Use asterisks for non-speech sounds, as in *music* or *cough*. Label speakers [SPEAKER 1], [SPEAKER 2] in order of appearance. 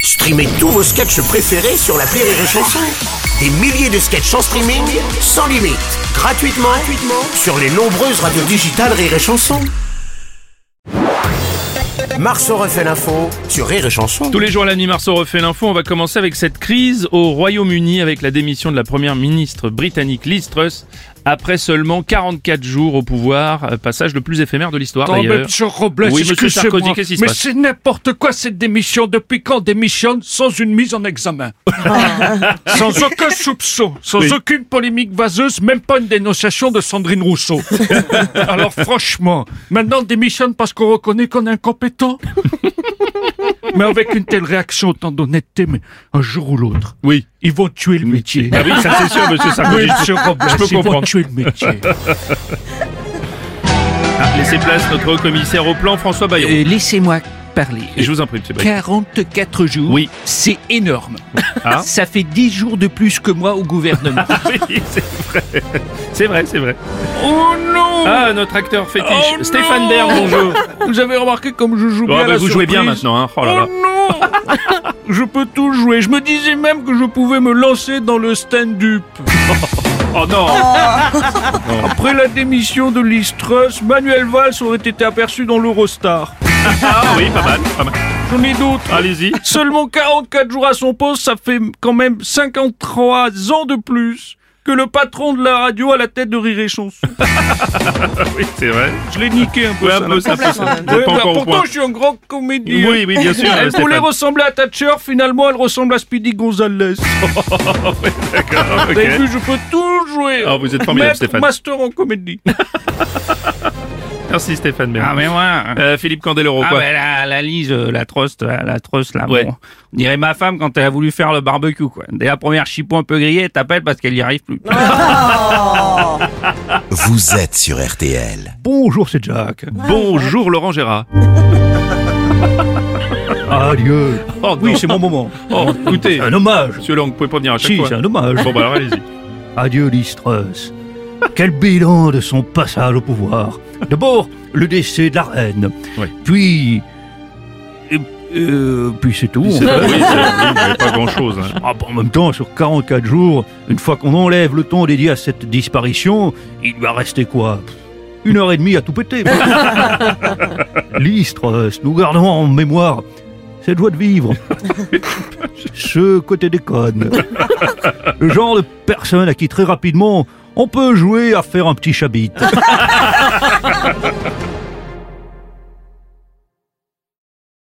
[SPEAKER 1] Streamez tous vos sketchs préférés sur la Rire et Chanson. Des milliers de sketchs en streaming, sans limite, gratuitement, gratuitement sur les nombreuses radios digitales Rire et Chanson. Marceau refait l'info sur Rire et Chanson.
[SPEAKER 2] Tous les jours à la nuit, Marceau refait l'info. On va commencer avec cette crise au Royaume-Uni avec la démission de la première ministre britannique Liz Truss après seulement 44 jours au pouvoir, euh, passage le plus éphémère de l'histoire
[SPEAKER 3] Non, mais
[SPEAKER 2] d'ailleurs.
[SPEAKER 3] monsieur Robles,
[SPEAKER 2] Oui, monsieur
[SPEAKER 3] excusez-moi,
[SPEAKER 2] Sarkozy, qu'est-ce qui se
[SPEAKER 3] Mais
[SPEAKER 2] passe
[SPEAKER 3] c'est n'importe quoi cette démission. Depuis quand on démissionne sans une mise en examen Ah. Sans aucun soupçon, sans
[SPEAKER 2] Oui.
[SPEAKER 3] aucune polémique vaseuse, même pas une dénonciation de
[SPEAKER 2] *laughs*
[SPEAKER 3] Sandrine Rousseau. Alors franchement, maintenant on démissionne parce qu'on reconnaît qu'on
[SPEAKER 2] *laughs*
[SPEAKER 3] est incompétent Mais avec une telle réaction, autant d'honnêteté, mais un jour ou l'autre,
[SPEAKER 2] Oui.
[SPEAKER 3] ils vont tuer le métier.
[SPEAKER 2] Ah oui, ça c'est sûr, monsieur
[SPEAKER 3] Oui,
[SPEAKER 2] Sarkozy.
[SPEAKER 3] monsieur Robles,
[SPEAKER 2] Ah, Je peux
[SPEAKER 3] ils vont
[SPEAKER 2] comprendre.
[SPEAKER 3] tuer le métier.
[SPEAKER 2] Ah, laissez place notre commissaire au plan, François Bayrou.
[SPEAKER 3] Euh, Laissez-moi parler.
[SPEAKER 2] Et je vous en prie, monsieur Bayrou.
[SPEAKER 3] 44 jours,
[SPEAKER 2] Oui.
[SPEAKER 3] c'est énorme.
[SPEAKER 2] Ah.
[SPEAKER 3] *laughs* Ça fait 10 jours de plus que moi au gouvernement.
[SPEAKER 2] Oui, c'est vrai. C'est vrai, c'est vrai.
[SPEAKER 3] *laughs* oh non
[SPEAKER 2] Ah, notre acteur fétiche,
[SPEAKER 3] Oh non
[SPEAKER 2] Stéphane Bern, bonjour.
[SPEAKER 3] Vous avez remarqué comme je joue Oh,
[SPEAKER 2] Bon,
[SPEAKER 3] bien
[SPEAKER 2] bah,
[SPEAKER 3] à la
[SPEAKER 2] vous jouez bien
[SPEAKER 3] surprise.
[SPEAKER 2] maintenant, hein. Oh là là.
[SPEAKER 3] Oh non *laughs* Je peux tout jouer. Je me disais même que je pouvais me lancer dans le stand-up.
[SPEAKER 2] Oh non.
[SPEAKER 3] Après la démission de Liz Truss, Manuel Valls aurait été aperçu dans l'Eurostar.
[SPEAKER 2] Ah oui, pas mal, pas mal.
[SPEAKER 3] J'en ai d'autres.
[SPEAKER 2] Allez-y.
[SPEAKER 3] Seulement 44 jours à son poste, ça fait quand même 53 ans de plus que le patron de la radio à la tête de Rire et Chanson.
[SPEAKER 2] Oui, c'est vrai.
[SPEAKER 3] Je l'ai niqué un peu.
[SPEAKER 2] Ouais,
[SPEAKER 3] ça,
[SPEAKER 2] un peu,
[SPEAKER 3] là.
[SPEAKER 2] ça, ça, ça.
[SPEAKER 3] Ouais,
[SPEAKER 2] Pas
[SPEAKER 3] bah,
[SPEAKER 2] encore au
[SPEAKER 3] pourtant,
[SPEAKER 2] point.
[SPEAKER 3] je suis un grand comédien.
[SPEAKER 2] Oui, oui, bien sûr. euh,
[SPEAKER 3] Elle
[SPEAKER 2] Stéphane.
[SPEAKER 3] voulait ressembler à Thatcher, finalement elle ressemble à Speedy Gonzalez.
[SPEAKER 2] Ok.
[SPEAKER 3] Vous avez vu, je peux tout jouer.
[SPEAKER 2] Ah, vous êtes formidable,
[SPEAKER 3] Maître,
[SPEAKER 2] Stéphane.
[SPEAKER 3] master en comédie.
[SPEAKER 2] Merci Stéphane Bern.
[SPEAKER 4] Ah mais moi
[SPEAKER 2] Euh, Philippe Candeloro,
[SPEAKER 4] ah
[SPEAKER 2] quoi.
[SPEAKER 4] mais la, la Lise, euh, la trust, la, la trust là,
[SPEAKER 2] Ouais.
[SPEAKER 4] bon, on dirait ma femme quand elle a voulu faire le barbecue quoi. Dès la première chipon un peu grillée, elle t'appelle parce qu'elle n'y arrive plus.
[SPEAKER 3] Ah,
[SPEAKER 1] Vous êtes sur RTL.
[SPEAKER 3] Bonjour, c'est Jack.
[SPEAKER 2] Bonjour Laurent Gérard.
[SPEAKER 3] Adieu.
[SPEAKER 2] Oh, non.
[SPEAKER 3] Ah, Oui, c'est mon moment.
[SPEAKER 2] *laughs* Oh, écoutez,
[SPEAKER 3] Un hommage.
[SPEAKER 2] monsieur Lang, vous pouvez pas venir à chaque
[SPEAKER 3] Si,
[SPEAKER 2] fois.
[SPEAKER 3] c'est un hommage.
[SPEAKER 2] Bon, bah alors allez-y.
[SPEAKER 3] Adieu Listreus. Quel bilan de son passage au pouvoir. D'abord, le décès de la reine.
[SPEAKER 2] Oui.
[SPEAKER 3] Puis... euh, euh, puis c'est tout.
[SPEAKER 2] C'est pas- oui, c'est- oui, vous n'avez pas grand-chose. hein.
[SPEAKER 3] Ah, bah, en même temps, sur 44 jours, une fois qu'on enlève le temps dédié à cette disparition, il va rester quoi Une heure et demie à tout péter. L'Istre, euh, nous gardons en mémoire cette joie de vivre, ce côté déconne, le genre de personne à qui très rapidement on peut jouer à faire un petit chabit.